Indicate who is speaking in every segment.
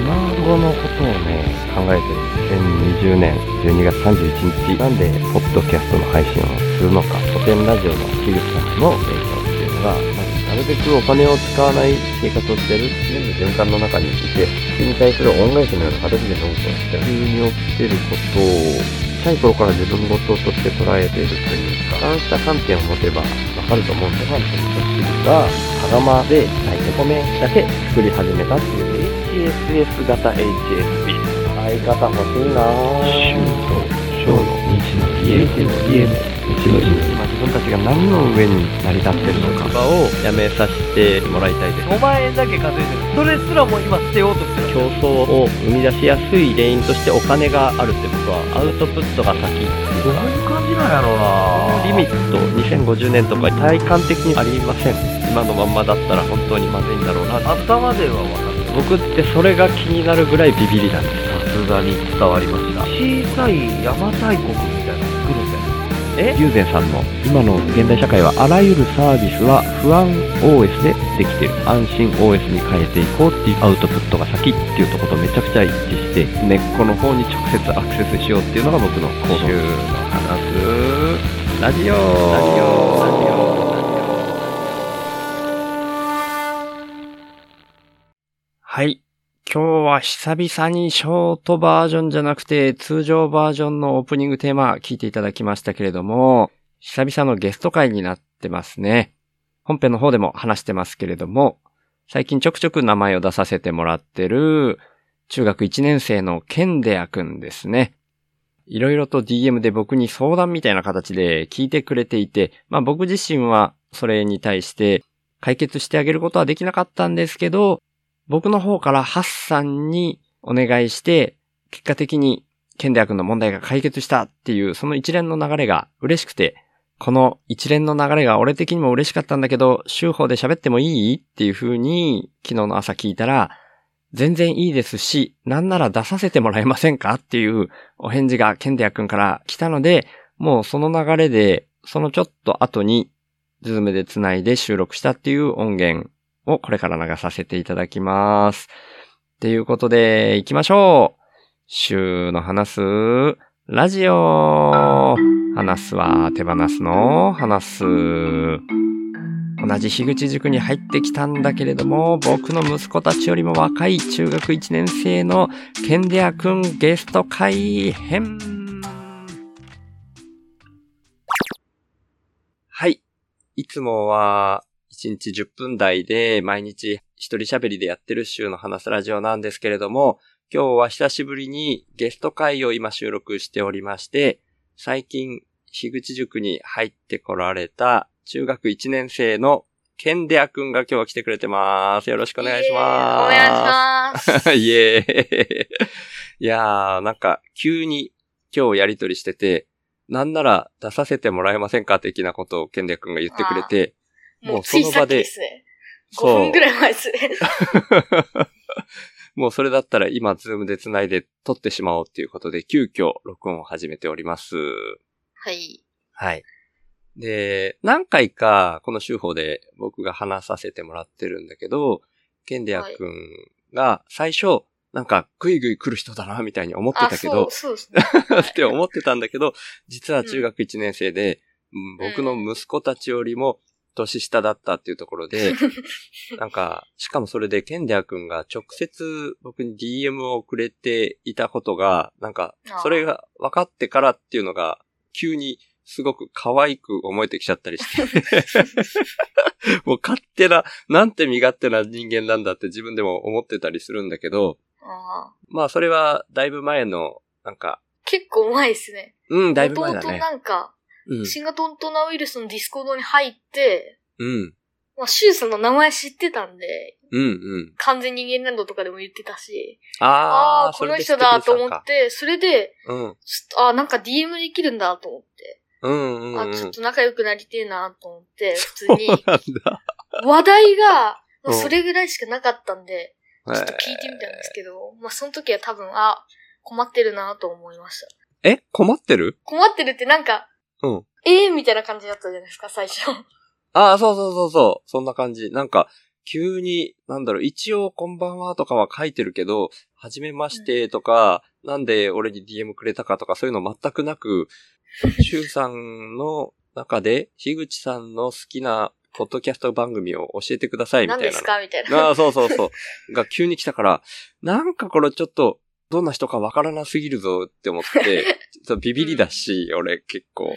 Speaker 1: のことをね、考えてる。2020年12月31日、なんで、ポッドキャストの配信をするのか、古典ラジオの樋口さんの影響っていうのが、まずなるべくお金を使わない生活をしてる、全部循環の中にいて、地球に対する恩返しのような形で農業をしてる。急に起きてることを、小さい頃から自分事として捉えているというか、そうした観点を持てばわかると思うんですが、私が、羽釜で炊いて米だけ作り始めたっていう HSS 型 HSP 相方欲しいな
Speaker 2: 週
Speaker 1: ぁ。
Speaker 2: と小の日の家
Speaker 1: 日の家
Speaker 2: 日の家
Speaker 1: 今自分たちが何の上に成り立ってるのかをやめさせてもらいたいです
Speaker 3: 5万円だけ稼いでるそれすらも今捨てようとしてる
Speaker 1: 競争を生み出しやすい原因としてお金があるって僕はアウトプットが先
Speaker 2: どういう感じなんやろうな
Speaker 1: リミット2050年とか体感的にありません今のまんまだったら本当にまずいんだろうな
Speaker 3: 頭では分かる
Speaker 1: 僕ってそれが気になるぐらいビビりなんです
Speaker 3: さすがに伝わりました小さい邪馬台国みたいなの作るんだよえ
Speaker 1: 友禅さんの今の現代社会はあらゆるサービスは不安 OS でできている安心 OS に変えていこうっていうアウトプットが先っていうところとめちゃくちゃ一致して根っこの方に直接アクセスしようっていうのが僕の行動
Speaker 2: 週の
Speaker 1: 話ラジオラジオはい。今日は久々にショートバージョンじゃなくて通常バージョンのオープニングテーマ聞いていただきましたけれども、久々のゲスト会になってますね。本編の方でも話してますけれども、最近ちょくちょく名前を出させてもらってる中学1年生のケンデアくんですね。いろいろと DM で僕に相談みたいな形で聞いてくれていて、まあ僕自身はそれに対して解決してあげることはできなかったんですけど、僕の方からハッサンにお願いして、結果的にケンデア君の問題が解決したっていう、その一連の流れが嬉しくて、この一連の流れが俺的にも嬉しかったんだけど、週報で喋ってもいいっていう風に昨日の朝聞いたら、全然いいですし、なんなら出させてもらえませんかっていうお返事がケンデア君から来たので、もうその流れで、そのちょっと後に、ズームで繋いで収録したっていう音源をこれから流させていただきます。っていうことで、行きましょう週の話す、ラジオ話すは手放すの話す。同じ樋口塾に入ってきたんだけれども、僕の息子たちよりも若い中学1年生のケンデアくんゲスト会編。はい。いつもは1日10分台で毎日一人喋りでやってる週の話すラジオなんですけれども、今日は久しぶりにゲスト会を今収録しておりまして、最近樋口塾に入ってこられた中学1年生のケンデアくんが今日は来てくれてます。よろしくお願いします。
Speaker 4: イエーイお願いし ます。
Speaker 1: いえ。 いやー、なんか、急に今日やりとりしてて、なんなら出させてもらえませんか的なことをケンデくんが言ってくれて、もう
Speaker 4: もうつい
Speaker 1: その
Speaker 4: さ
Speaker 1: 場
Speaker 4: っき
Speaker 1: で
Speaker 4: ですね。5
Speaker 1: そう
Speaker 4: 分ぐらい前ですね。
Speaker 1: もうそれだったら今、ズームで繋いで撮ってしまおうっていうことで、急遽録音を始めております。
Speaker 4: はい。
Speaker 1: はい。で、何回か、この週報で僕が話させてもらってるんだけど、ケンデアくんが最初、なんか、ぐいぐい来る人だな、みたいに思って
Speaker 4: あ、
Speaker 1: たけ
Speaker 4: そ
Speaker 1: ど
Speaker 4: う、、そうですね。
Speaker 1: って思ってたんだけど、実は中学1年生で、うん
Speaker 4: うん
Speaker 1: 僕の息子たちよりも年下だったっていうところで、なんか、しかもそれでケンデア君が直接僕に DM をくれていたことが、なんか
Speaker 4: あ、ー
Speaker 1: それが分かってからっていうのが、急にすごく可愛く思えてきちゃったりして。 もう勝手な、なんて身勝手な人間なんだって自分でも思ってたりするんだけど、
Speaker 4: あー
Speaker 1: まあそれはだいぶ前の、なんか、
Speaker 4: 結構前ですね。
Speaker 1: うん、だいぶ
Speaker 4: 弟
Speaker 1: 前だね。
Speaker 4: なんか、
Speaker 1: うん。
Speaker 4: 新型コロナウイルスのディスコードに入って、
Speaker 1: うん。
Speaker 4: まあ、シュウさんの名前知ってたんで、
Speaker 1: うんうん。
Speaker 4: 完全人間ランドとかでも言ってたし、
Speaker 1: あー
Speaker 4: ああー、この人だと思っ。て、それで、
Speaker 1: それで
Speaker 4: ちょっとあーなんか DM できるんだと思って、
Speaker 1: うん。うんうんうん。
Speaker 4: あちょっ
Speaker 1: と
Speaker 4: と仲良くなりてえなと思って、普通に、
Speaker 1: なんだ。
Speaker 4: 話題が、
Speaker 1: う
Speaker 4: まあ
Speaker 1: ん
Speaker 4: それぐらいしかなかったんで、ちょっと聞いてみたんですけど、まあその時は多分、あ、困ってるなと思いました。
Speaker 1: ええ困ってる
Speaker 4: 困ってるってなんか、
Speaker 1: うん。
Speaker 4: ええみたいな感じだったじゃないですか、最初。
Speaker 1: ああ、そうそうそうそう。そんな感じ。なんか、急に、なんだろう、一応こんばんはとかは書いてるけど、はじめましてとか、なんで俺に DM くれたかとかそういうの全くなく、シュウさんの中で、樋口さんの好きなポッドキャスト番組を教えてくださいみたい
Speaker 4: 何
Speaker 1: な。
Speaker 4: ですかみたい
Speaker 1: あ
Speaker 4: な。
Speaker 1: あ、そうそうそう。 が急に来たから、なんかこれちょっと、どんな人かわからなすぎるぞって思って、 ちょっとビビりだし、俺結 構。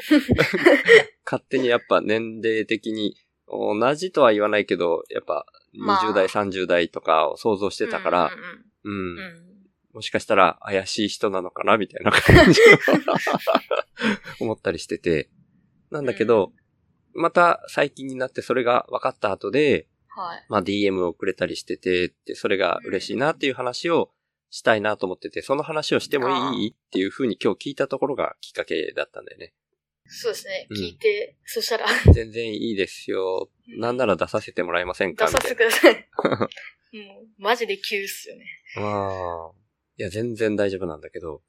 Speaker 1: 勝手にやっぱ年齢的に、同じとは言わないけど、やっぱ
Speaker 4: まあ
Speaker 1: 20代、30代とかを想像してたから、うん
Speaker 4: うんうんうん。うん
Speaker 1: もしかしたら怪しい人なのかなみたいな感じを 思ったりしてて。なんだけど、また最近になってそれが分かった後で、
Speaker 4: はい。
Speaker 1: まあ、DM をくれたりしてて、って、それが嬉しいなっていう話をしたいなと思ってて、その話をしてもいいっていうふうに今日聞いたところがきっかけだったんだよね。
Speaker 4: そうですね。
Speaker 1: うん
Speaker 4: 聞いて、そしたら、
Speaker 1: 全然いいですよ。なんなら出させてもらえませんか
Speaker 4: 出
Speaker 1: み
Speaker 4: さ
Speaker 1: た
Speaker 4: せて
Speaker 1: い
Speaker 4: ください。 もう、マジで急っすよね。
Speaker 1: な。まあ。いや、全然大丈夫なんだけど。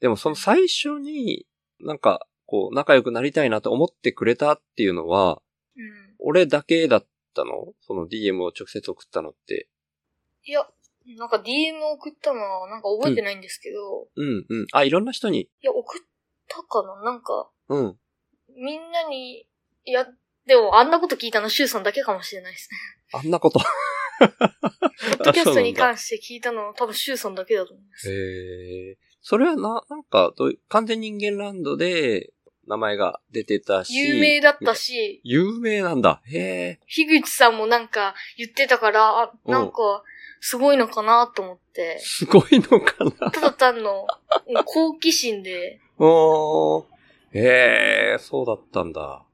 Speaker 1: でもその最初に、なんか、こう、仲良くなりたいなと思ってくれたっていうのは、
Speaker 4: うん。
Speaker 1: 俺だけだったのその DM を直接送ったのって。
Speaker 4: いや、なんか DM 送ったのは、なんか覚えてないんですけど、
Speaker 1: うんうん。あ、いろんな人に。
Speaker 4: いや、送ったかななんか、
Speaker 1: うん。
Speaker 4: みんなに、いや、でもあんなこと聞いたの、シュウさんだけかもしれないですね。
Speaker 1: あんなこと。
Speaker 4: ポッドキャ
Speaker 1: あ
Speaker 4: ストに
Speaker 1: そうなんだ
Speaker 4: 関して聞いたのは多分シュウさんだけだと思います。
Speaker 1: へえ。それはな、なんかどう、完全人間ランドで名前が出てたし。
Speaker 4: 有名だった。し、
Speaker 1: 有名なんだ。へえ。
Speaker 4: 樋口さんもなんか言ってたから、あ、
Speaker 1: うん
Speaker 4: なんか、すごいのかなと思 って、
Speaker 1: すごいのかな。
Speaker 4: ただ単のうん好奇心で、
Speaker 1: おー。へえ、そうだったんだ。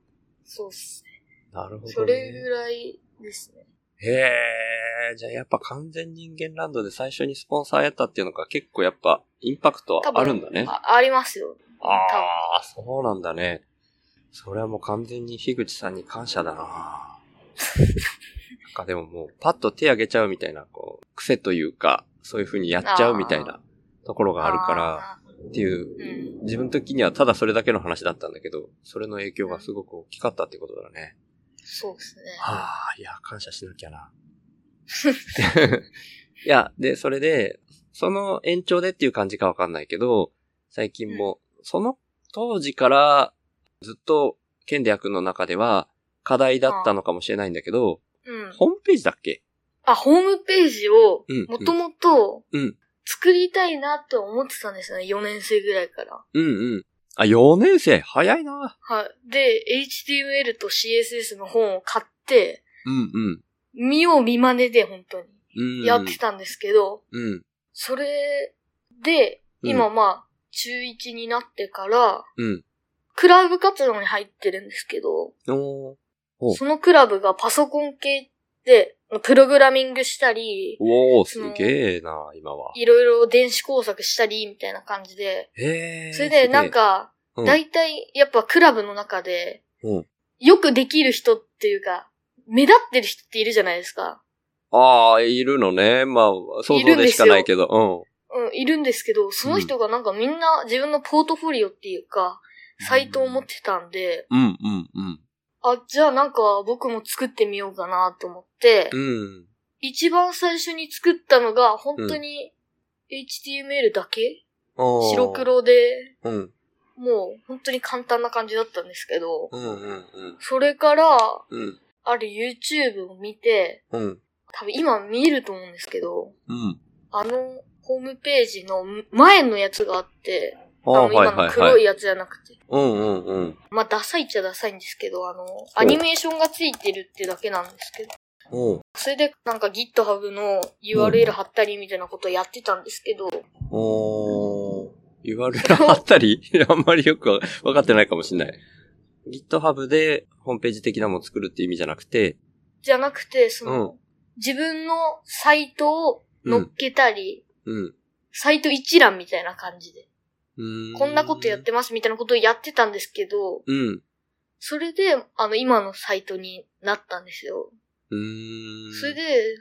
Speaker 4: そうっすね。
Speaker 1: なるほど、ね。
Speaker 4: それぐらいですね。
Speaker 1: へえ、じゃあやっぱ完全人間ランドで最初にスポンサーやったっていうのが結構やっぱインパクト
Speaker 4: 多
Speaker 1: はあるんだね。
Speaker 4: あありますよ。。
Speaker 1: ああ、そうなんだね。それはもう完全に樋口さんに感謝だ な。なんかでももうパッと手あげちゃうみたいな、こう、癖というか、そういう風にやっちゃうみたいなところがあるかららっていう、
Speaker 4: うん。
Speaker 1: 自分的にはただそれだけの話だったんだけど、それの影響がすごく大きかったってことだね。
Speaker 4: そうですね。
Speaker 1: はあ、いや、感謝しなきゃな。 いや、で、それで、その延長でっていう感じかわかんないけど、最近も、その当時からずっと、ケンデヤ君の中では課題だったのかもしれないんだけど、
Speaker 4: うん。
Speaker 1: ホームページだっけ
Speaker 4: あ、ホームページを
Speaker 1: うん、
Speaker 4: もともと
Speaker 1: うん、
Speaker 4: 作りたいなと思ってたんですよね。4年生ぐらいから。
Speaker 1: うんうん。あ、4年生早いな。
Speaker 4: はい。で、HTML と CSS の本を買って、
Speaker 1: うんうん。
Speaker 4: 見よう見真似で本当に
Speaker 1: うん、うん。
Speaker 4: やってたんですけど、
Speaker 1: うん。
Speaker 4: それで、
Speaker 1: うん
Speaker 4: 今まあ、中1になってから、
Speaker 1: うん。
Speaker 4: クラブ活動に入ってるんですけど、
Speaker 1: おーお
Speaker 4: そのクラブがパソコン系で、プログラミングしたり、
Speaker 1: おーすげえな、今は。
Speaker 4: いろいろ電子工作したり、みたいな感じで、
Speaker 1: へえ。
Speaker 4: それでなんか、
Speaker 1: うん
Speaker 4: 大体、やっぱクラブの中で
Speaker 1: うん、
Speaker 4: よくできる人っていうか、目立ってる人っているじゃないですか。
Speaker 1: ああ、いるのね。まあ、想像でしかないけど。
Speaker 4: うん、いるんですけど、その人がなんかみんな自分のポートフォリオっていうか、サイトを持ってたんで、
Speaker 1: うん。うん、うん、うん。
Speaker 4: あ、じゃあなんか僕も作ってみようかなと思って、
Speaker 1: うん。
Speaker 4: 一番最初に作ったのが本当に HTML だけ、白。黒で、
Speaker 1: うん。
Speaker 4: もう本当に簡単な感じだったんですけど、
Speaker 1: うん、うん、うん。
Speaker 4: それから、
Speaker 1: うん、
Speaker 4: ある YouTube を見て、
Speaker 1: うん。
Speaker 4: 多分今見えると思うんですけど、
Speaker 1: うん。
Speaker 4: あのホームページの前のやつがあって、
Speaker 1: あ
Speaker 4: あ
Speaker 1: あ、
Speaker 4: の
Speaker 1: はい、は
Speaker 4: 今の
Speaker 1: い、
Speaker 4: 黒
Speaker 1: はいい。
Speaker 4: やつじゃなくて、
Speaker 1: うん、うん、うん。
Speaker 4: まあダサいっちゃダサいんですけど、あの、アニメーションがついてるってだけなんですけど、
Speaker 1: おう
Speaker 4: それでなんか GitHub の URL 貼ったりみたいなことをやってたんですけど、
Speaker 1: おー。URL 貼ったり あんまりよくわ分かってないかもしれない。GitHub でホームページ的なものを作るって意味じゃなくて、
Speaker 4: じゃなくて、そうの、
Speaker 1: ん。
Speaker 4: 自分のサイトを乗っけたり、
Speaker 1: うん。
Speaker 4: サイト一覧みたいな感じで、
Speaker 1: うー
Speaker 4: こんなことやっ。てますみたいなことをやってたんですけど、
Speaker 1: うん。
Speaker 4: それで、あの、今のサイトになったんですよ。
Speaker 1: うーん。
Speaker 4: それで、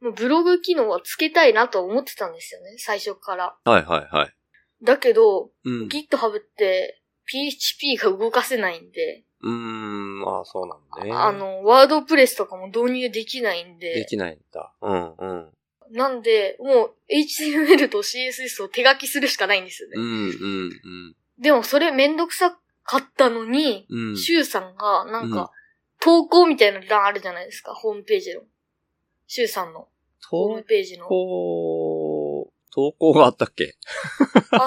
Speaker 4: もうブログ機能はつけたいなと思ってたんですよね、最初から。
Speaker 1: はい、はい、はい。
Speaker 4: だけど、
Speaker 1: うん。
Speaker 4: GitHub って PHP が動かせないんで、
Speaker 1: うーん、まあそうなんだね。
Speaker 4: あ、の、ワードプレスとかも導入できないん
Speaker 1: で
Speaker 4: で、
Speaker 1: きないんだ。うん、うん。
Speaker 4: なんで、もう HTML と CSS を手書きするしかないんですよね。
Speaker 1: うん、うん、うん。
Speaker 4: でもそれめんどくさかったのに、
Speaker 1: うん。
Speaker 4: シュウさんがな
Speaker 1: う
Speaker 4: ん
Speaker 1: ん
Speaker 4: か、投稿みたいな欄あるじゃないですか、ホームページの。シュウさんのホーム
Speaker 1: 投
Speaker 4: ページの。
Speaker 1: 稿、投稿があったっけ
Speaker 4: あ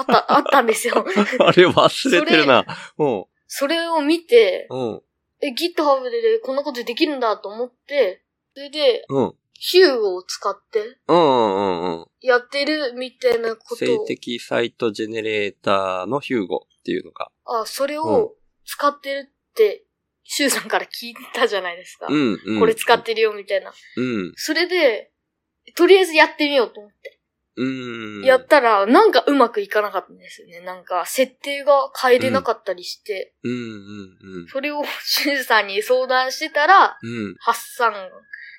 Speaker 4: った、あったんですよ。
Speaker 1: あれ忘れてるな。うん、
Speaker 4: それを見て、
Speaker 1: うん、
Speaker 4: え、GitHub でこんなことできるんだと思って、それで、
Speaker 1: うん。
Speaker 4: ヒューを使って
Speaker 1: うん、うん、うん。
Speaker 4: やってるみたいなこと
Speaker 1: 性
Speaker 4: を、
Speaker 1: 的サイトジェネレーターのヒューゴっていうのが。
Speaker 4: あ、それを使ってるって、シュウさんから聞いたじゃないですか。
Speaker 1: うん、うん。
Speaker 4: これ使ってるよみたいな。
Speaker 1: うん、
Speaker 4: それで、とりあえずやってみようと思って。
Speaker 1: うん。
Speaker 4: やったら、なんかうまくいかなかったんですよね。なんか、設定が変えれなかったりして、
Speaker 1: うん、うん、うん。
Speaker 4: それをシュウさんに相談してたら、
Speaker 1: うん。
Speaker 4: ハッサン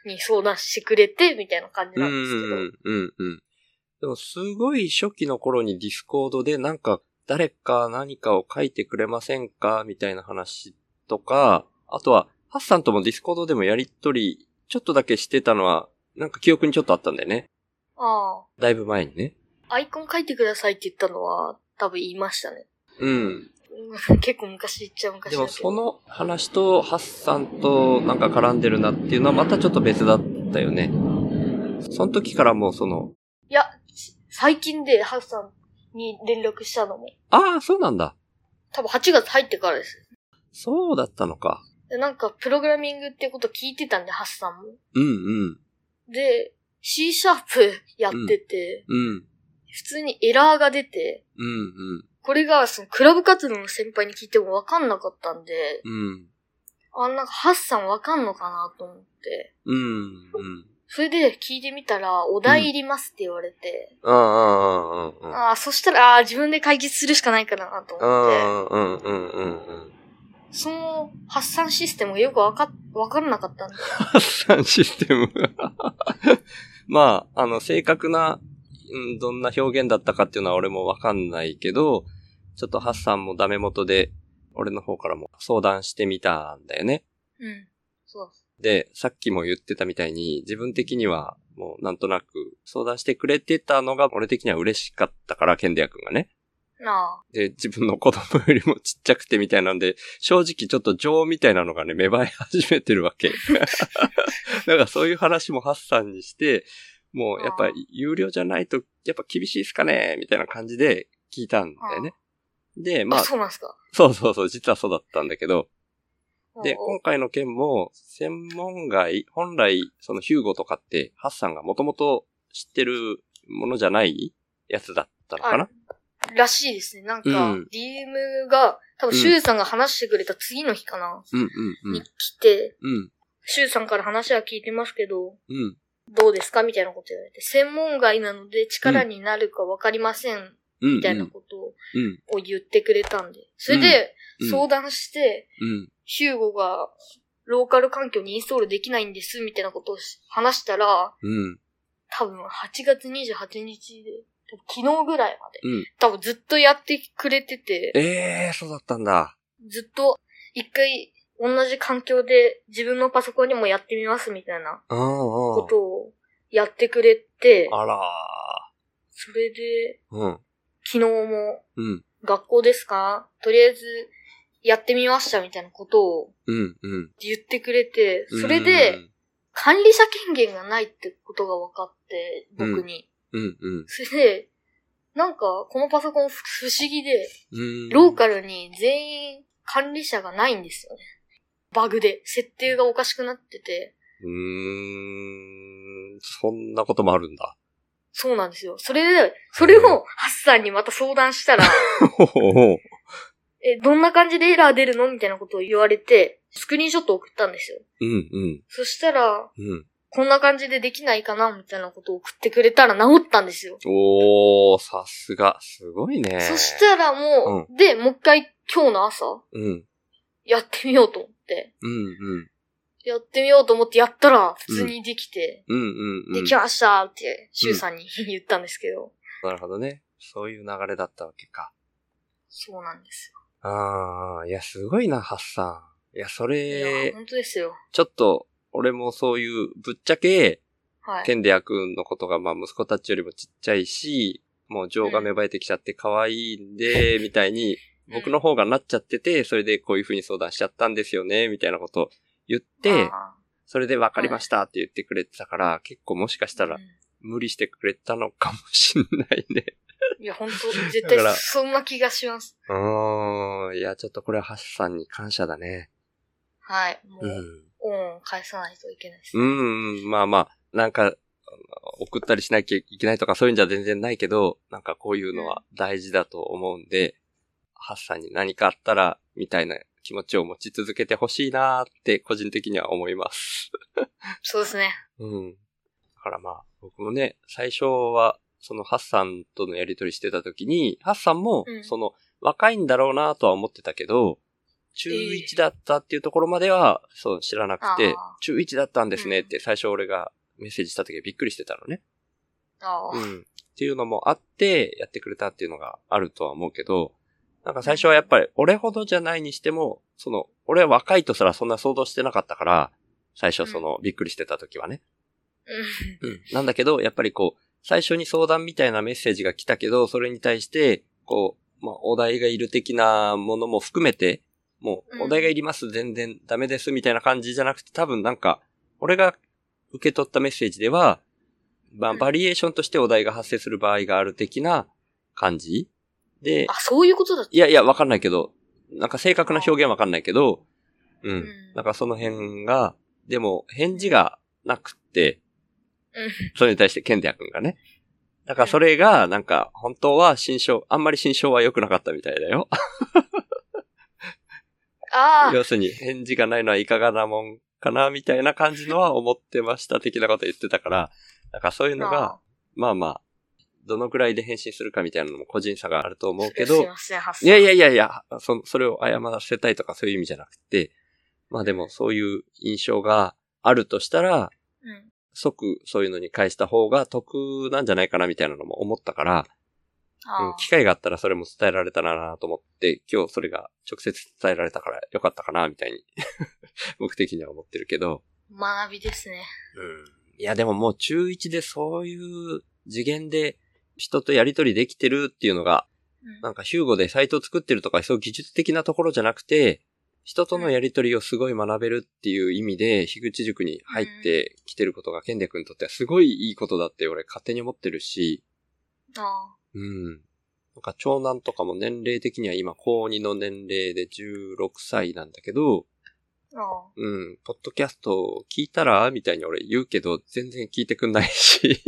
Speaker 4: に相談してくれて、みたいな感じ
Speaker 1: う
Speaker 4: なんんですけど。
Speaker 1: うんうんうん。でもすごい初期の頃にディスコードでなんか誰か何かを書いてくれませんかみたいな話とか、あとはハッサンともディスコードでもやりとりちょっとだけしてたのはなんか記憶にちょっとあったんだよね。
Speaker 4: あ
Speaker 1: だいぶ前にね。
Speaker 4: あ、アイコン書いてくださいって言ったのは、多分言いましたね。
Speaker 1: うん。
Speaker 4: うん結構昔言っちゃ昔だけ
Speaker 1: で
Speaker 4: ど。
Speaker 1: もその話とハッサンとなんか絡んでるなっていうのはまたちょっと別だったよね。その時からもうその、
Speaker 4: いや、し最近でハッサンに連絡したのも、
Speaker 1: ああ、そうなんだ。
Speaker 4: 多分8月入ってからです。
Speaker 1: そうだったのか。
Speaker 4: でなんか、プログラミングってこと聞いてたんで、ハッサンも。
Speaker 1: うんうん。
Speaker 4: で、C シャープやってて、
Speaker 1: うん。
Speaker 4: 普通にエラーが出て、
Speaker 1: うんうん。
Speaker 4: これが、その、クラブ活動の先輩に聞いてもわかんなかったんで、
Speaker 1: うん。
Speaker 4: あ、なんか、ハッサンわかんのかなと思って。
Speaker 1: うん。うん。
Speaker 4: それで聞いてみたら、お題いりますって言われて、
Speaker 1: ああ、ああ、ああ。
Speaker 4: ああ、そしたら、ああ、自分で解決するしかないかなと思って。
Speaker 1: うん、うん、うん、うん。
Speaker 4: その発散システムがよくわか、わからなかったんで。
Speaker 1: 発散システム。まあ、あの、正確な、うんどんな表現だったかっていうのは俺もわかんないけど、ちょっとハッサンもダメ元で、俺の方からも相談してみたんだよね。
Speaker 4: うん。そう。
Speaker 1: で、さっきも言ってたみたいに、自分的には、もうなんとなく相談してくれてたのが、俺的には嬉しかったから、ケンデヤ君がね。
Speaker 4: なあ。
Speaker 1: で、自分の子供よりもちっちゃくてみたいなんで、正直ちょっと情みたいなのがね、芽生え始めてるわ け。だからそういう話もハッサンにして、もうやっぱ有料じゃないと、やっぱ厳しいっすかねみたいな感じで聞いたんだよね。で、まあ、
Speaker 4: あ、そうなんですか。
Speaker 1: そうそうそう、実はそうだったんだけど、で、
Speaker 4: おうお
Speaker 1: 今回の件も、専門外、本来、そのヒューゴとかって、ハッサンがもともと知ってるものじゃないやつだったのかな
Speaker 4: うらしいですね。なんか、
Speaker 1: うん
Speaker 4: DM が、多分、
Speaker 1: うん
Speaker 4: シュウさんが話してくれた次の日かな、
Speaker 1: うんうんう
Speaker 4: に
Speaker 1: ん。
Speaker 4: 来て、
Speaker 1: うん。
Speaker 4: シュウさんから話は聞いてますけど、
Speaker 1: うん。
Speaker 4: どうですかみたいなこと言われて、専門外なので力になるかわかりません、
Speaker 1: うん。
Speaker 4: みたいなことを
Speaker 1: うん。
Speaker 4: を言ってくれたんで。それで、
Speaker 1: うん
Speaker 4: 相談して、
Speaker 1: うん。
Speaker 4: ヒューゴが、ローカル環境にインストールできないんです、みたいなことをし話したら、
Speaker 1: うん。
Speaker 4: 多分8月28日で、昨日ぐらいまで、
Speaker 1: うん
Speaker 4: 多分ずっとやってくれてて、
Speaker 1: ええー、そうだったんだ。
Speaker 4: ずっと一回同じ環境で自分のパソコンにもやってみますみたいな
Speaker 1: うんうん。
Speaker 4: ことをやってくれて、
Speaker 1: あら
Speaker 4: それで
Speaker 1: ー。うん。
Speaker 4: 昨日も
Speaker 1: うん。
Speaker 4: 学校ですかとりあえずやってみましたみたいなことを
Speaker 1: うん。うん。
Speaker 4: 言ってくれて、それで管理者権限がないってことが分かって、僕に。
Speaker 1: うん、うん。
Speaker 4: それで、なんか、このパソコンふ不思議で、
Speaker 1: うん。
Speaker 4: ローカルに全員管理者がないんですよね。バグで、設定がおかしくなってて、
Speaker 1: うーん。そんなこともあるん だ。
Speaker 4: そうなんですよ。それで、それをハッサンにまた相談したら、
Speaker 1: ほほほ。
Speaker 4: え、どんな感じでエラー出るのみたいなことを言われて、スクリーンショットを送ったんですよ。
Speaker 1: うん、うん。
Speaker 4: そしたら、
Speaker 1: うん。
Speaker 4: こんな感じでできないかなみたいなことを送ってくれたら治ったんですよ。
Speaker 1: おー、さすが。すごいね。
Speaker 4: そしたらもう、で、もう一回今日の朝、
Speaker 1: うん。
Speaker 4: やってみようと思って。
Speaker 1: うん、うん。
Speaker 4: やってみようと思ってやったら、普通にできて、
Speaker 1: うん、うん、うん。
Speaker 4: できましたって、シュウさんに 言ったんですけど、
Speaker 1: なるほどね。そういう流れだったわけか。
Speaker 4: そうなんですよ。
Speaker 1: あー、いや、すごいな、ハッサン。いや、そ
Speaker 4: いや、
Speaker 1: れ、
Speaker 4: 本当ですよ。
Speaker 1: ちょっと、俺もそういう、ぶっちゃけ、
Speaker 4: はい。
Speaker 1: 天でくんのことが、まあ、息子たちよりもちっちゃいし、もう情が芽生えてきちゃって可愛いんで、みたいに、僕の方がなっちゃってて、それでこういう風に相談しちゃったんですよね、みたいなことを言っ
Speaker 4: うん
Speaker 1: て、
Speaker 4: あ
Speaker 1: それで分かりましたって言ってくれてたから、結構もしかし
Speaker 4: ー
Speaker 1: たら
Speaker 4: うん
Speaker 1: 無理してくれたのかもしんないね。
Speaker 4: いや、本当 絶
Speaker 1: だから
Speaker 4: 対そんな気がします。
Speaker 1: う ーん。いや、ちょっとこれはハッサンに感謝だね。
Speaker 4: はい。もう、
Speaker 1: うん。
Speaker 4: 恩を返さないといけないです。
Speaker 1: うん、うんまあまあ、なんか、あの送ったりしなきゃいけないとかそういうんじゃ全然ないけど、なんかこういうのは大事だと思うんで、ハッサンに何かあったら、みたいな気持ちを持ち続けてほしいなーって個人的には思います。
Speaker 4: そうですね。
Speaker 1: うん。だからまあ、僕もね、最初は、そのハッサンとのやりとりしてた時に、ハッサンも
Speaker 4: う、ん
Speaker 1: その、若いんだろうなとは思ってたけど、中1だったっていうところまでは、そう、知らなく
Speaker 4: あ
Speaker 1: て
Speaker 4: ー、
Speaker 1: 中1だったんですねっ
Speaker 4: う
Speaker 1: て最初俺がメッセージした時はびっくりしてたのね。
Speaker 4: あ
Speaker 1: う
Speaker 4: あ、
Speaker 1: ん。っていうのもあって、やってくれたっていうのがあるとは思うけど、なんか最初はやっぱり俺ほどじゃないにしても、その、俺は若いとすらそんな想像してなかったから、最初その、びっくりしてた時はね。
Speaker 4: うん
Speaker 1: うん。なんだけど、やっぱりこう、最初に相談みたいなメッセージが来たけど、それに対して、こう、まあ、お題がいる的なものも含めて、も
Speaker 4: う
Speaker 1: う、
Speaker 4: ん
Speaker 1: お題がいります、全然ダメです、みたいな感じじゃなくて、多分なんか、俺が受け取ったメッセージでは、まあ、
Speaker 4: うん
Speaker 1: バリエーションとしてお題が発生する場合がある的な感じで
Speaker 4: あ、、そういうことだった。
Speaker 1: いやいや、わかんないけど、なんか正確な表現わかんないけど、う。
Speaker 4: うんん
Speaker 1: なんかその辺が、でも、返事がなくって、
Speaker 4: うん
Speaker 1: それに対してケンデヤ君がね。だからそれが、なんか、本当は心象、あんまり心象は良くなかったみたいだよ。
Speaker 4: ああ、
Speaker 1: 要するに、返事がないのはいかがなもんかな、みたいな感じのは思ってました、的なこと言ってたから、なんかそういうのが、まあまあ、どのくらいで返信するかみたいなのも個人差があると思うけ
Speaker 4: すい
Speaker 1: ど、
Speaker 4: ません、発
Speaker 1: いやいやいやいや、そ、それを謝らせたいとかそういう意味じゃなくて、まあでもそういう印象があるとしたら、
Speaker 4: うん。
Speaker 1: 即そういうのに返した方が得なんじゃないかなみたいなのも思ったから、う
Speaker 4: あ
Speaker 1: ん機会があったらそれも伝えられたらなと思って、今日それが直接伝えられたからよかったかなみたいに、 僕的には思ってるけど。
Speaker 4: あ、学びですね。
Speaker 1: いやでももう中1でそういう次元で人とやりとりできてるっていうのが、
Speaker 4: うん
Speaker 1: なんかヒューゴでサイトを作ってるとかそういう技術的なところじゃなくて、人とのやりとりをすごい学べるっていう意味で、樋口塾に入ってきてることが、ケンデ君にとってはすごいいいことだって俺勝手に思ってるし、
Speaker 4: あ
Speaker 1: うん。なんか長男とかも年齢的には今高2の年齢で16歳なんだけど、
Speaker 4: あ、ああ。
Speaker 1: うん、ポッドキャスト聞いたらみたいに俺言うけど、全然聞いてくんない し。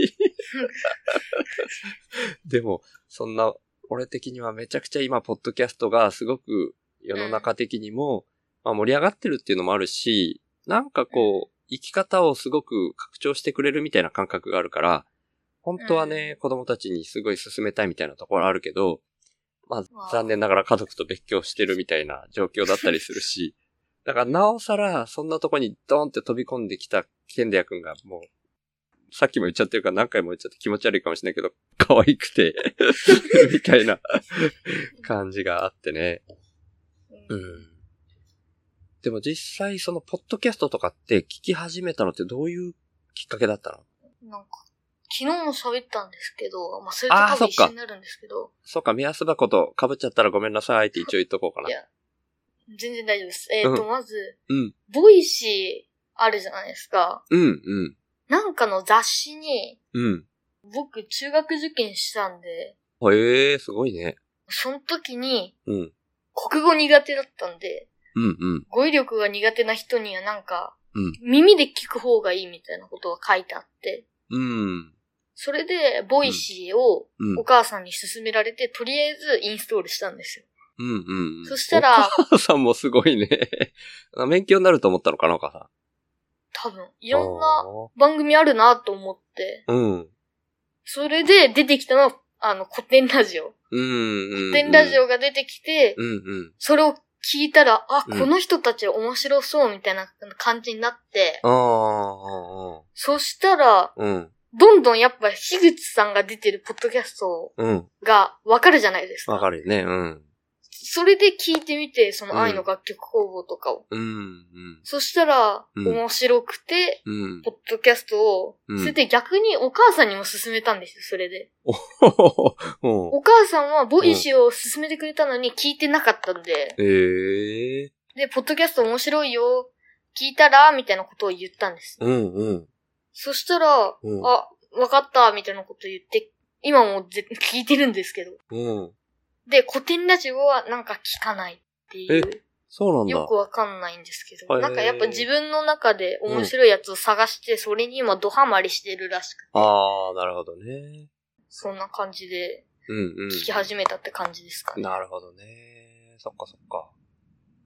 Speaker 1: でも、そんな、俺的にはめちゃくちゃ今、ポッドキャストがすごく世の中的にも、まあ盛り上がってるっていうのもあるし、なんかこう、生き方をすごく拡張してくれるみたいな感覚があるから、本当はね、子供たちにすごい進めたいみたいなところあるけど、ま
Speaker 4: わ
Speaker 1: あ
Speaker 4: あ
Speaker 1: 残念ながら家族と別居してるみたいな状況だったりする し、だからなおさらそんなとこにドーンって飛び込んできたケンデヤ君がもう、さっきも言っちゃってるから何回も言っちゃって気持ち悪いかもしれないけ ど、可愛くて、みたいな感じがあってね。
Speaker 4: うん
Speaker 1: ん。でも実際そのポッドキャストとかって聞き始めたのってどういうきっかけだったの
Speaker 4: なんか、昨日も喋ったんですけど、まあ、それと多分一緒になるんですけど、
Speaker 1: そうか、目安箱と被っちゃったらごめんなさいって一応言っとこうかな。
Speaker 4: いや全然大丈夫です。えっ、と、まず、
Speaker 1: うん
Speaker 4: ボイシーあるじゃないですか。
Speaker 1: うん、うん、
Speaker 4: なんかの雑誌に、
Speaker 1: うん。
Speaker 4: 僕、中学受験したんで、
Speaker 1: へえー、すごいね。
Speaker 4: その時に、
Speaker 1: うん、
Speaker 4: 国語苦手だったんで、
Speaker 1: うん、うん。
Speaker 4: 語彙力が苦手な人にはなんか、
Speaker 1: うん
Speaker 4: 耳で聞く方がいいみたいなことが書いてあって、
Speaker 1: うん。
Speaker 4: それで、ボイシーを
Speaker 1: うん
Speaker 4: お母さんに勧められて、とりあえずインストールしたんですよ。
Speaker 1: うんうん。
Speaker 4: そした、ら、
Speaker 1: お母さんもすごいね。あ勉強になると思ったのかな、お母さん。
Speaker 4: 多分、い
Speaker 1: い
Speaker 4: ろんな番組あるなと思って、
Speaker 1: うん。
Speaker 4: それで出てきたのは、あの、古典ラジオ。
Speaker 1: うん、うん。
Speaker 4: 古典ラジオが出てきて、
Speaker 1: うん、うん。
Speaker 4: それを聞いたら、あ、
Speaker 1: うん
Speaker 4: この人たち面白そうみたいな感じになって、
Speaker 1: ああ、
Speaker 4: そしたら、
Speaker 1: うん、
Speaker 4: どんどんやっぱ、樋口さんが出てるポッドキャスト
Speaker 1: うん。
Speaker 4: がわかるじゃないですか。
Speaker 1: わかるよね、うん。
Speaker 4: それで聴いてみて、その愛の楽曲工房とかを。
Speaker 1: うん、うん、
Speaker 4: そしたら、
Speaker 1: うん
Speaker 4: 面白くて、
Speaker 1: うん。
Speaker 4: ポッドキャストを、
Speaker 1: うん
Speaker 4: それで逆にお母さんにも勧めたんですよ、それで。
Speaker 1: うん
Speaker 4: お母さんはボイシーを勧めてくれたのに聞いてなかったんで、
Speaker 1: ええ
Speaker 4: で、ポッドキャスト面白いよ、聞いたら、みたいなことを言ったんです。
Speaker 1: うん、うん、
Speaker 4: そしたら、
Speaker 1: うん。
Speaker 4: あ、わかった、みたいなこと言って、今もぜ聞いてるんですけど。
Speaker 1: うん。
Speaker 4: で、古典ラジオはなんか聞かないっていう、
Speaker 1: そうなんだ。
Speaker 4: よくわかんないんですけ
Speaker 1: へ
Speaker 4: ど、
Speaker 1: ー
Speaker 4: なんかやっぱ自分の中で面白いやつを探して、それに今ドハマりしてるらしくて、
Speaker 1: ああ、なるほどね。
Speaker 4: そんな感じで
Speaker 1: うん、うん。
Speaker 4: 聞き始めたって感じですかね。
Speaker 1: なるほどね。そっかそっか。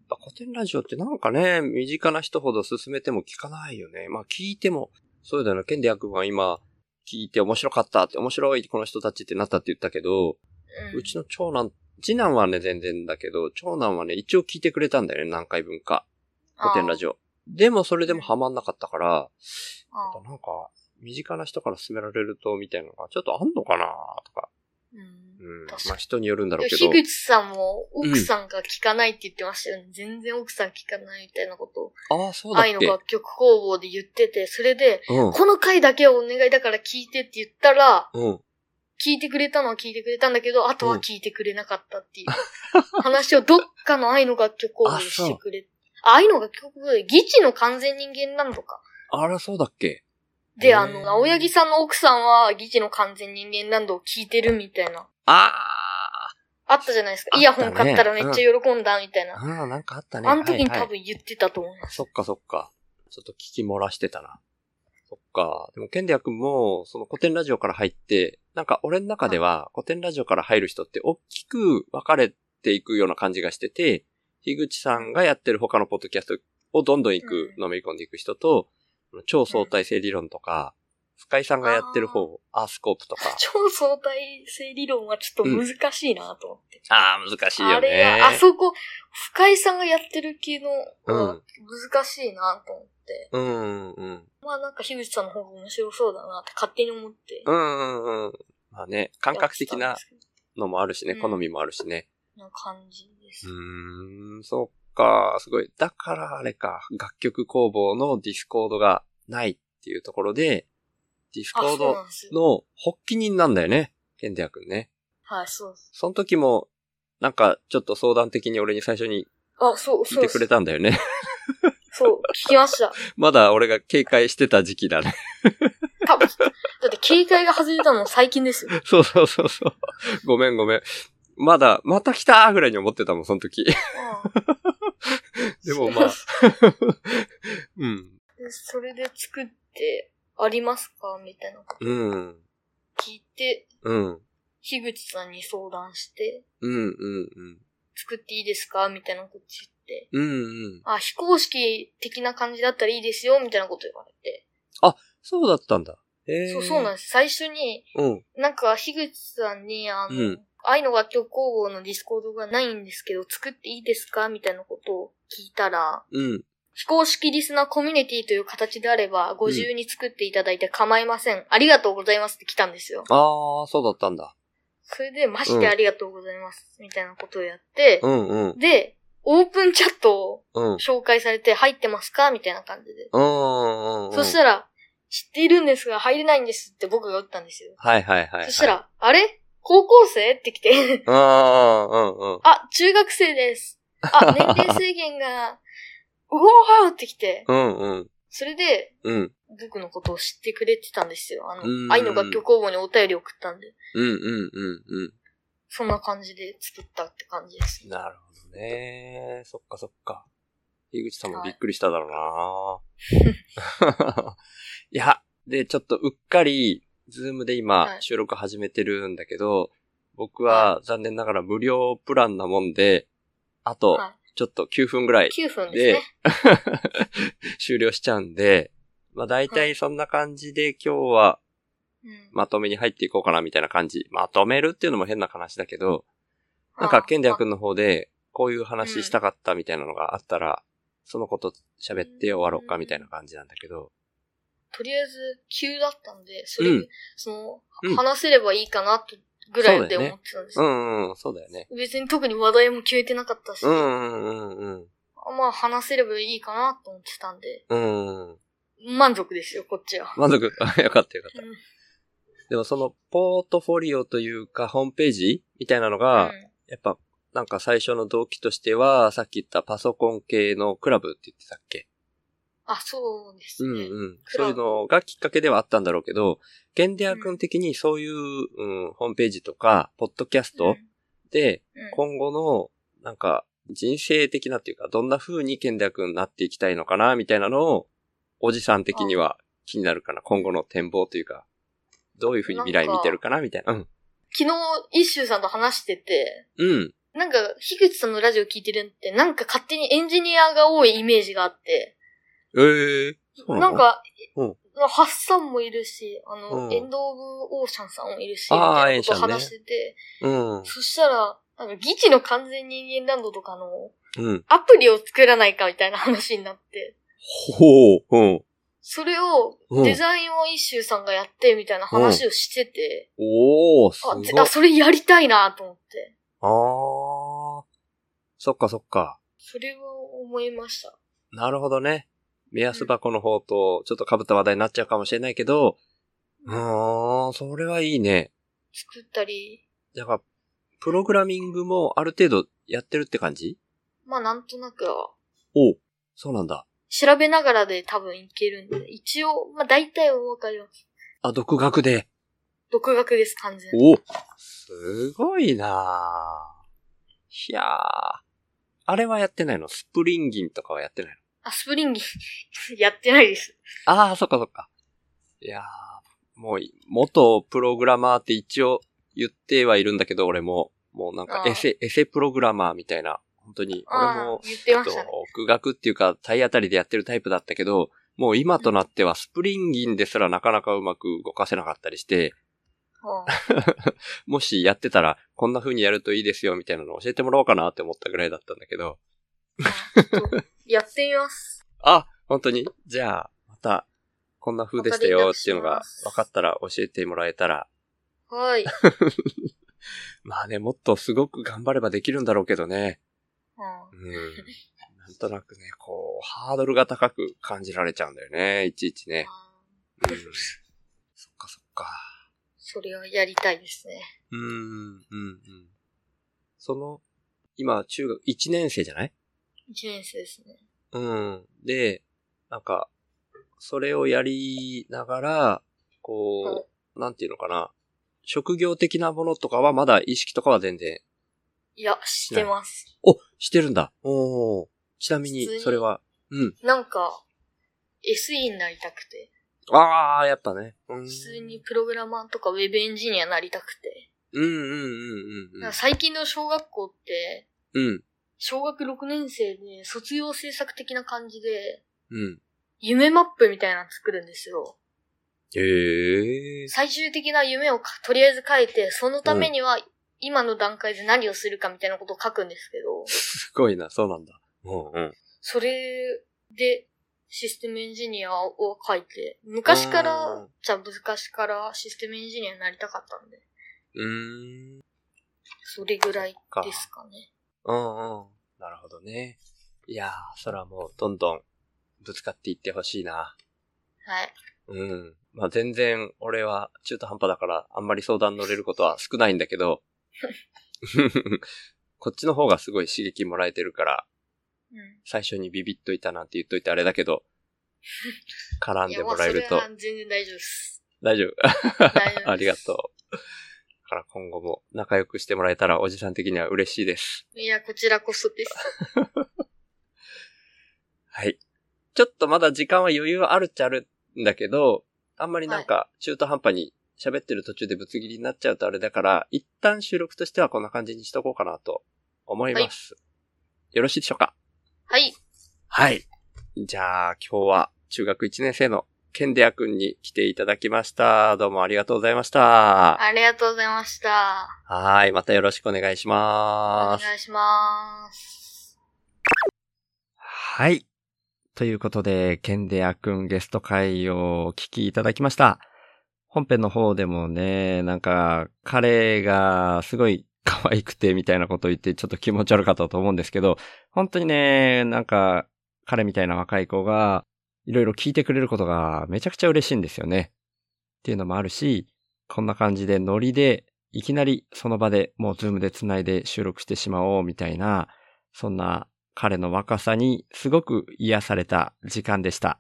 Speaker 1: やっぱ古典ラジオってなんかね、身近な人ほど進めても聞かないよね。まあ聞いても、そうだよな、ケンデヤ君は今、聞いて面白かったって、面白いこの人たちってなったって言ったけど、
Speaker 4: うん
Speaker 1: うちの長男、次男はね、全然だけど、長男はね、一応聞いてくれたんだよね、何回分か。古典ラジオ。でもそれでもハマんなかったから、
Speaker 4: あーあ
Speaker 1: やっぱなんか、身近な人から勧められると、みたいなのが、ちょっとあんのかなとか。
Speaker 4: ーうん
Speaker 1: うん。
Speaker 4: 確かに
Speaker 1: まあ人によるんだろうけど。
Speaker 4: 樋口さんも奥さんが聞かないって言ってましたよね。全然奥さん聞かないみたいなことを。
Speaker 1: ああ、そうだっ
Speaker 4: 愛
Speaker 1: け
Speaker 4: の楽曲工房で言ってて、それで、
Speaker 1: うん。
Speaker 4: この回だけはお願いだから聞いてって言ったら、
Speaker 1: うん。
Speaker 4: 聞いてくれたのは聞いてくれたんだけど、あとは聞いてくれなかったっていう 話をどっかの愛の楽曲工房でしてくれ。あ愛の楽曲工房で、ギチの完全人間ランドか。
Speaker 1: あら、そうだっけへ
Speaker 4: で、
Speaker 1: ー
Speaker 4: あの、青柳さんの奥さんは、ギチの完全人間ランドを聞いてるみたいな。
Speaker 1: あ
Speaker 4: あったじゃないですか。
Speaker 1: あったね
Speaker 4: イヤホン買ったらめっちゃ喜んだみたいな。
Speaker 1: あああ、なんかあったね。
Speaker 4: あの時に
Speaker 1: はい
Speaker 4: 多
Speaker 1: はい
Speaker 4: 分言ってたと思います。
Speaker 1: そっかそっか。ちょっと聞き漏らしてたな。そっか。でも、ケンデヤ君も、その古典ラジオから入って、なんか俺の中では、古典ラジオから入る人って大きく分かれていくような感じがしてて、樋口さんがやってる他のポッドキャストをどんどん行く、
Speaker 4: うん
Speaker 1: のめり込んでいく人と、超相対性理論とか、深井さんがやってる方、アースコープとか。
Speaker 4: 超相対性理論はちょっと難しいなと思って。
Speaker 1: ああ、難しいよね。
Speaker 4: あれは、あそこ、深井さんがやってる系の、
Speaker 1: うん
Speaker 4: 難しいなと思って。
Speaker 1: うん、うん。
Speaker 4: まあなんか樋口さんの方が面白そうだなって勝手に思って。
Speaker 1: うんうんうん。まあね、感覚的
Speaker 4: やっ
Speaker 1: な
Speaker 4: てたんです
Speaker 1: のもあるしね、
Speaker 4: うん
Speaker 1: 好みもあるしね。
Speaker 4: けどな感じです。
Speaker 1: うーん、そっか、すごい。だからあれか、楽曲工房のディスコードがないっていうところで、ディスコ
Speaker 4: あ、
Speaker 1: ー
Speaker 4: そうな
Speaker 1: ド
Speaker 4: んですよ。
Speaker 1: の発起人なんだよね、ケンデヤ君ね。
Speaker 4: はい、そうです。
Speaker 1: その時も、なんか、ちょっと相談的に俺に最初に
Speaker 4: あ、そう、
Speaker 1: 聞いう
Speaker 4: そ
Speaker 1: て
Speaker 4: で
Speaker 1: く
Speaker 4: す
Speaker 1: れ。たんだよ ね。
Speaker 4: そう、聞きました。
Speaker 1: まだ俺が警戒してた時期だね。
Speaker 4: 多分、だって警戒が外れたの最近 ですよ。
Speaker 1: そうそうそうそう。ごめんごめん。まだ、また来たーぐらいに思ってたもん、その時。でもまあうん。
Speaker 4: でそれで作って、ありますかみたいなこと
Speaker 1: うん。
Speaker 4: 聞いて、
Speaker 1: うん。
Speaker 4: 樋口さんに相談して、
Speaker 1: うん、うん、うん。
Speaker 4: 作っていいですかみたいなこと言って。
Speaker 1: うん、うん。
Speaker 4: あ、非公式的な感じだったらいいですよ、みたいなこと言われて。
Speaker 1: そうだったんだ。えー、
Speaker 4: そう、そうなんです。最初に、
Speaker 1: うん。
Speaker 4: なんか、樋口さんに、あの、
Speaker 1: うん
Speaker 4: 愛の楽曲工房のディスコードがないんですけど、作っていいですかみたいなことを聞いたら、
Speaker 1: うん。
Speaker 4: 非公式リスナーコミュニティという形であれば、ご自由に作っていただいて構いません。ありがとうございますって来たんですよ。
Speaker 1: ああ、そうだったんだ。
Speaker 4: それで、ましてありがとうございます、みたいなことをやって、
Speaker 1: うん、うん、
Speaker 4: で、オープンチャットを
Speaker 1: うん。うん、
Speaker 4: 紹介されて、入ってますかみたいな感じで。
Speaker 1: うん。
Speaker 4: そしたら、知っているんですが、入れないんですって僕が打ったんですよ。
Speaker 1: はいはいはい、はい。
Speaker 4: そしたら、あれ高校生って来て、
Speaker 1: あー、うん、うん。
Speaker 4: あ、中学生です。 あ、年齢制限が、うおーって来て、
Speaker 1: うん、うん。
Speaker 4: それで、
Speaker 1: うん、
Speaker 4: 僕のことを知ってくれてたんですよ。あ
Speaker 1: うん
Speaker 4: の、愛の楽曲応募にお便り送ったんで、
Speaker 1: うん、うん、うん、うん。
Speaker 4: そんな感じで作ったって感じです。
Speaker 1: なるほどね。そっかそっか。井口さんもびっくりしただろうな、 い、や、で、ちょっとうっかり、ズームで今
Speaker 4: は、い
Speaker 1: 収録始めてるんだけど、僕は残念ながら無料プランなもんで、あと
Speaker 4: は、
Speaker 1: ちょっと9分ぐらい
Speaker 4: 9分です
Speaker 1: で
Speaker 4: ね。、
Speaker 1: 終了しちゃうんで、まあ大体そんな感じで今日は
Speaker 4: うん
Speaker 1: まとめに入っていこうかなみたいな感じ。まとめるっていうのも変な話だけど、なんか、ケンデヤ君の方で、こういう話したかったみたいなのがあったら、そのこと喋って終わろうかみたいな感じなんだけど。
Speaker 4: とりあえず急だったんで、それ、
Speaker 1: うん
Speaker 4: その、
Speaker 1: うん
Speaker 4: 話せればいいかなとぐらいで思ってたんです
Speaker 1: う
Speaker 4: よ。
Speaker 1: んうん、そうだよね。
Speaker 4: 別に特に話題も消えてなかったし、
Speaker 1: うんうんうん
Speaker 4: まあ話せればいいかなと思ってたんで、
Speaker 1: うん。うん。
Speaker 4: 満足ですよ、こっちは。
Speaker 1: 満足。 あよかったよかった
Speaker 4: うん。
Speaker 1: でもその、ポートフォリオというか、ホームページみたいなの
Speaker 4: う
Speaker 1: が、
Speaker 4: ん
Speaker 1: やっぱ、なんか最初の動機としては、さっき言ったパソコン系のクラブって言ってたっけ
Speaker 4: あ、そうです
Speaker 1: うん
Speaker 4: ね。
Speaker 1: うん。
Speaker 4: ク
Speaker 1: そう
Speaker 4: ラ
Speaker 1: い
Speaker 4: ブ
Speaker 1: うのがきっかけではあったんだろうけど、ゲンデア君的にそういう、うん、ホームページとか、ポッドキャス
Speaker 4: うん
Speaker 1: トで、
Speaker 4: うん
Speaker 1: 今後の、なんか、人生的なっていうか、どんな風に健太くんなっていきたいのかな、みたいなのを、おじさん的には気になるかな。今後の展望というか、どういう風に未来見てるかな、みたいな。うん。
Speaker 4: 昨日、一周さんと話してて、
Speaker 1: うん。
Speaker 4: なんか、樋口さんのラジオ聞いてるって、なんか勝手にエンジニアが多いイメージがあって、
Speaker 1: ええそうな
Speaker 4: な
Speaker 1: の
Speaker 4: んか、
Speaker 1: うん
Speaker 4: ハッサンもいるし、あの、
Speaker 1: うん
Speaker 4: エンド・オブ・オーシャンさんもいるし、み
Speaker 1: あー
Speaker 4: たいなこと
Speaker 1: エンシャンね
Speaker 4: 話してて、
Speaker 1: うん。
Speaker 4: そしたら、なんか、ギチの完全人間ランドとかの
Speaker 1: うん。
Speaker 4: アプリを作らないかみたいな話になって、
Speaker 1: ほう。うん。
Speaker 4: それを、
Speaker 1: うん
Speaker 4: デザインを一周さんがやって、みたいな話をしてて、
Speaker 1: おー、す
Speaker 4: あ
Speaker 1: ごい
Speaker 4: ぜ。あ、それやりたいなと思って、
Speaker 1: あー。そっかそっか。
Speaker 4: それを思いました。
Speaker 1: なるほどね。目安箱の方と、ちょっと被った話題になっちゃうかもしれないけど、うーん、それはいいね。
Speaker 4: 作ったり、
Speaker 1: だから、プログラミングもある程度やってるって感じ
Speaker 4: まあなんとなくは、
Speaker 1: おうそうなんだ。
Speaker 4: 調べながらで多分いけるんで、一応、まあ大体はわかります。
Speaker 1: あ、独学で。
Speaker 4: 独学です、完全に。
Speaker 1: おすごいなぁ。いやーあれはやってないのスプリンギンとかはやってないの
Speaker 4: あ、スプリンギ、 やってないです。
Speaker 1: ああ、そっかそっか。いやーもう、元プログラマーって一応言ってはいるんだけど、俺も、もうなんか
Speaker 4: あー
Speaker 1: エセ、エセプログラマーみたいな、本当に、俺
Speaker 4: あ
Speaker 1: も
Speaker 4: あ、言って
Speaker 1: えっ
Speaker 4: ま
Speaker 1: と
Speaker 4: したね。
Speaker 1: 独学っていうか、体当たりでやってるタイプだったけど、もう今となってはスプリンギンですらなかなかうまく動かせなかったりして、
Speaker 4: うん
Speaker 1: もしやってたらこんな風にやるといいですよみたいなのを教えてもらおうかなって思ったぐらいだったんだけど、
Speaker 4: やってみます。
Speaker 1: あ、本当にじゃあ、また、こんな風でしたよっていうのが分かったら教えてもらえたら、
Speaker 4: はい。うん
Speaker 1: まあね、もっとすごく頑張ればできるんだろうけどね。 うん。なんとなくね、こう、ハードルが高く感じられちゃうんだよね、いちいちね。うん。そっかそっか。
Speaker 4: それはやりたいですね。
Speaker 1: うーん、うん、うん。その、今、中学1年生じゃない
Speaker 4: 1年生ですね。
Speaker 1: うん。で、なんか、それをやりながら、こう、なんていうのかな。職業的なものとかはまだ意識とかは全然、
Speaker 4: いや、してます。
Speaker 1: おしてるんだおーちなみに
Speaker 4: 普通、に
Speaker 1: それは、うん。
Speaker 4: なんか、SE になりたくて、
Speaker 1: ああ、やっぱね。うん。うん
Speaker 4: 普通にプログラマーとかウェブエンジニアになりたくて、
Speaker 1: うんうんうん
Speaker 4: なんか最近の小学校って、
Speaker 1: うん。うん。
Speaker 4: 小学6年生で卒業制作的な感じで、
Speaker 1: うん。
Speaker 4: 夢マップみたいなの作るんですよ。
Speaker 1: へえ。
Speaker 4: 最終的な夢をかとりあえず書いて、そのためには今の段階で何をするかみたいなことを書くんですけど、
Speaker 1: すごいな、そうなんだ。うんうん。
Speaker 4: それでシステムエンジニアを書いて、昔か
Speaker 1: う
Speaker 4: ら
Speaker 1: ん、
Speaker 4: じゃあ昔からシステムエンジニアになりたかったんで、
Speaker 1: うーん。
Speaker 4: それぐらいですかね。
Speaker 1: うんうん。なるほどね。いやー、それはもうどんどんぶつかっていってほしいな。
Speaker 4: はい。
Speaker 1: うん。まあ全然俺は中途半端だからあんまり相談乗れることは少ないんだけど、 こっちの方がすごい刺激もらえてるから、
Speaker 4: うん
Speaker 1: 最初にビビっといたなんて言っといてあれだけ ど、絡ん
Speaker 4: いや、
Speaker 1: で
Speaker 4: ま
Speaker 1: も
Speaker 4: あ
Speaker 1: らえ
Speaker 4: そ
Speaker 1: る
Speaker 4: れ
Speaker 1: と
Speaker 4: は全然大丈夫です。
Speaker 1: 大丈
Speaker 4: 大丈夫です
Speaker 1: 夫。 ありがとう。だから今後も仲良くしてもらえたらおじさん的には嬉しいです。
Speaker 4: いや、こちらこそです。
Speaker 1: はい。ちょっとまだ時間は余裕はあるっちゃあるんだけど、あんまりなんか中途半端に喋ってる途中でぶつ切りになっちゃうとあれだから、一旦収録としてはこんな感じにしとこうかなと思います。よろしいでしょうか
Speaker 4: はい。
Speaker 1: はい。じゃあ今日は中学1年生のケンデア君に来ていただきました。どうもありがとうございました。
Speaker 4: ありがとうございました。
Speaker 1: はい。またよろしくお願いし
Speaker 4: お
Speaker 1: ます。
Speaker 4: 願いします。
Speaker 5: はい。ということで、ケンデアくんゲスト会をお聞きいただきました。
Speaker 1: 本編の方でもね、なんか、彼がすごい可愛くてみたいなことを言ってちょっと気持ち悪かったと思うんですけど、本当にね、なんか、彼みたいな若い子が、いろいろ聞いてくれることがめちゃくちゃ嬉しいんですよね。っていうのもあるし、こんな感じでノリで、いきなりその場でもうズームで繋いで収録してしまおうみたいな、そんな彼の若さにすごく癒された時間でした。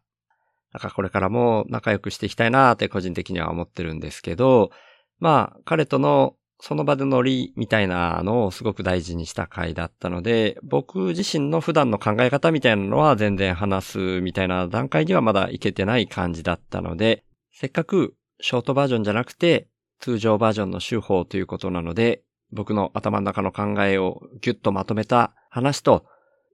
Speaker 1: なんかこれからも仲良くしていきたいなーって個人的には思ってるんですけど、まあ彼とのその場でノリみたいなのをすごく大事にした回だったので、僕自身の普段の考え方みたいなのは全然話すみたいな段階にはまだいけてない感じだったので、せっかくショートバージョンじゃなくて通常バージョンの手法ということなので、僕の頭の中の考えをギュッとまとめた話と、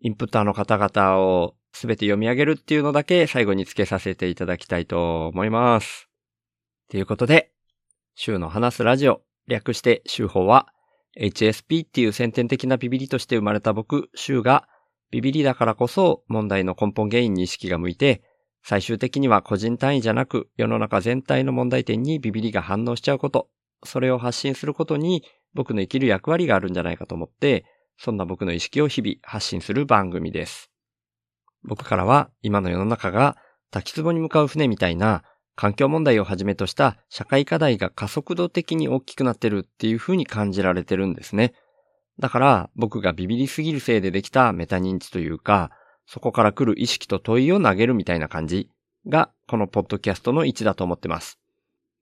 Speaker 1: インプッターの方々をすべて読み上げるっていうのだけ最後に付けさせていただきたいと思います。ということで、週の話すラジオ、略して週報は、HSP っていう先天的なビビリとして生まれた僕、週が、ビビリだからこそ問題の根本原因に意識が向いて、最終的には個人単位じゃなく世の中全体の問題点にビビリが反応しちゃうこと、それを発信することに僕の生きる役割があるんじゃないかと思って、そんな僕の意識を日々発信する番組です。僕からは今の世の中が滝壺に向かう船みたいな環境問題をはじめとした社会課題が加速度的に大きくなってるっていう風に感じられてるんですね。だから僕がビビりすぎるせいでできたメタ認知というか、そこから来る意識と問いを投げるみたいな感じが、このポッドキャストの位置だと思ってます。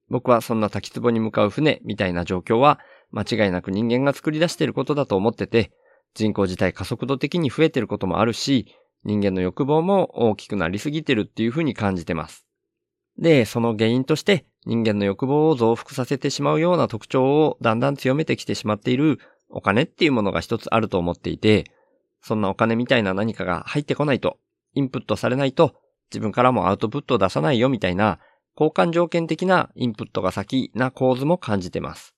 Speaker 1: 僕はそんな滝壺に向かう船みたいな状況は、間違いなく人間が作り出していることだと思ってて、人口自体加速度的に増えてることもあるし、人間の欲望も大きくなりすぎてるっていう風に感じてます。で、その原因として人間の欲望を増幅させてしまうような特徴をだんだん強めてきてしまっているお金っていうものが一つあると思っていて、そんなお金みたいな何かが入ってこないと、インプットされないと、自分からもアウトプットを出さないよみたいな、交換条件的なインプットが先な構図も感じてます。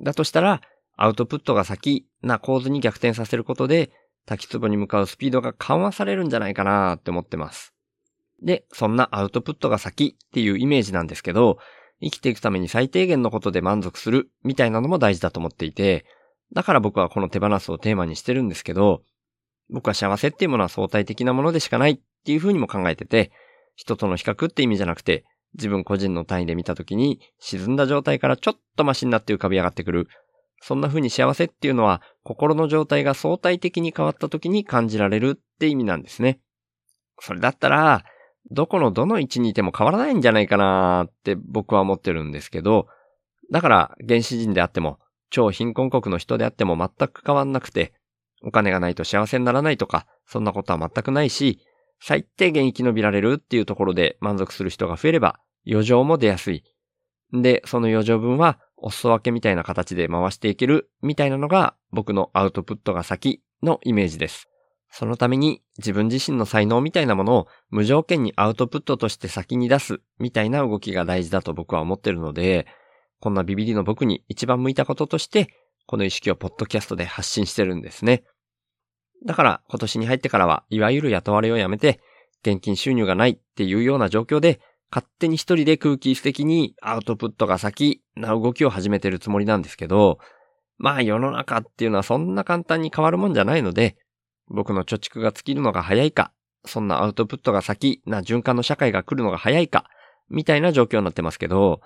Speaker 1: だとしたら、アウトプットが先な構図に逆転させることで、滝壺に向かうスピードが緩和されるんじゃないかなって思ってます。で、そんなアウトプットが先っていうイメージなんですけど、生きていくために最低限のことで満足するみたいなのも大事だと思っていて、だから僕はこの手放すをテーマにしてるんですけど、僕は幸せっていうものは相対的なものでしかないっていう風にも考えてて、人との比較って意味じゃなくて、自分個人の単位で見た時に沈んだ状態からちょっとマシになって浮かび上がってくる。そんな風に幸せっていうのは心の状態が相対的に変わった時に感じられるって意味なんですね。それだったら、どこのどの位置にいても変わらないんじゃないかなーって僕は思ってるんですけど、だから原始人であっても、超貧困国の人であっても全く変わんなくて、お金がないと幸せにならないとか、そんなことは全くないし、最低限生き延びられるっていうところで満足する人が増えれば、余剰も出やすい。で、その余剰分は、お裾分けみたいな形で回していける、みたいなのが、僕のアウトプットが先のイメージです。そのために、自分自身の才能みたいなものを、無条件にアウトプットとして先に出す、みたいな動きが大事だと僕は思ってるので、こんなビビリの僕に一番向いたこととして、この意識をポッドキャストで発信してるんですね。だから今年に入ってからは、いわゆる雇われをやめて、現金収入がないっていうような状況で、勝手に一人で空気質的にアウトプットが先な動きを始めてるつもりなんですけど、まあ世の中っていうのはそんな簡単に変わるもんじゃないので、僕の貯蓄が尽きるのが早いか、そんなアウトプットが先な循環の社会が来るのが早いか、みたいな状況になってますけど、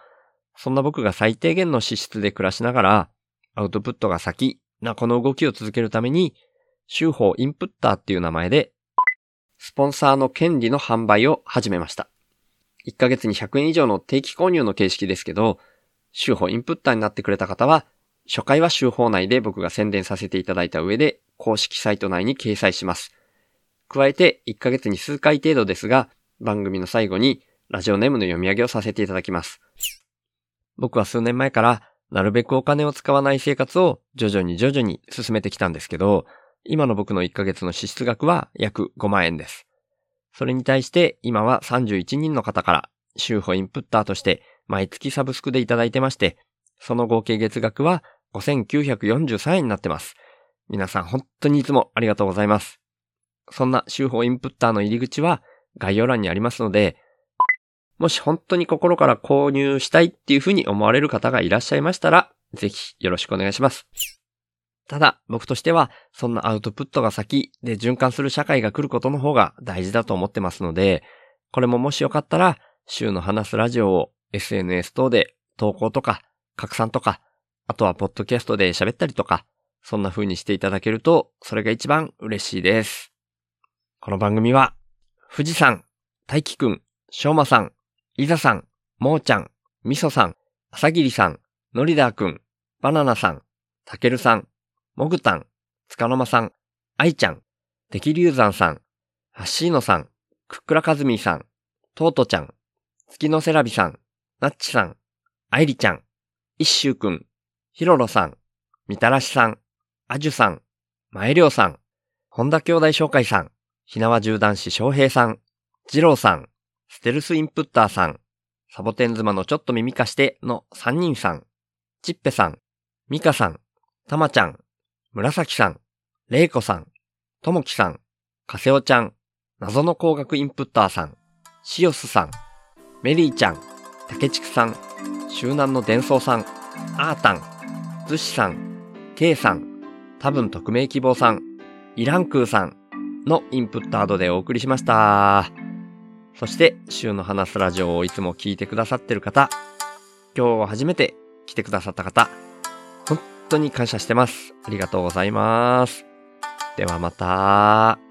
Speaker 1: そんな僕が最低限の資質で暮らしながら、アウトプットが先なこの動きを続けるために、州法インプッターっていう名前で、スポンサーの権利の販売を始めました。1ヶ月に100円以上の定期購入の形式ですけど、州法インプッターになってくれた方は、初回は州法内で僕が宣伝させていただいた上で、公式サイト内に掲載します。加えて、1ヶ月に数回程度ですが、番組の最後に、ラジオネームの読み上げをさせていただきます。僕は数年前から、なるべくお金を使わない生活を徐々に徐々に進めてきたんですけど、今の僕の1ヶ月の支出額は約5万円です。それに対して今は31人の方から、週報インプッターとして毎月サブスクでいただいてまして、その合計月額は5943円になってます。皆さん本当にいつもありがとうございます。そんな週報インプッターの入り口は概要欄にありますので、もし本当に心から購入したいっていうふうに思われる方がいらっしゃいましたら、ぜひよろしくお願いします。ただ、僕としては、そんなアウトプットが先で循環する社会が来ることの方が大事だと思ってますので、これももしよかったら、週の話すラジオを SNS 等で投稿とか、拡散とか、あとはポッドキャストで喋ったりとか、そんな風にしていただけると、それが一番嬉しいです。この番組は、富士山、大輝くん、しょうまさん、いざさん、もーちゃん、みそさん、あさぎりさん、のりだーくん、バナナさん、たけるさん、もぐたん、つかの間さん、あいちゃん、てきりゅうざんさん、はっしーのさん、くっくらかずみさん、とうとちゃん、月のせらびさん、なっちさん、あいりちゃん、いっしゅうくん、ひろろさん、みたらしさん、あじゅさん、まえりょうさん、本田兄弟紹介さん、ひなわ縦男子翔平さん、じろうさん、ステルスインプッターさん、サボテン妻のちょっと耳貸しての3人さん、ちっぺさん、みかさん、たまちゃん、紫さん、れいこさん、ともきさん、かせおちゃん、謎の工学インプッターさん、しおすさん、メリーちゃん、たけちくさん、周南の伝送さん、あーたん、ずしさん、けいさん、多分匿名希望さん、イランクーさんのインプッタードでお送りしました。そして、週の話すラジオをいつも聞いてくださってる方、今日初めて来てくださった方、本当に感謝してます。ありがとうございます。ではまた。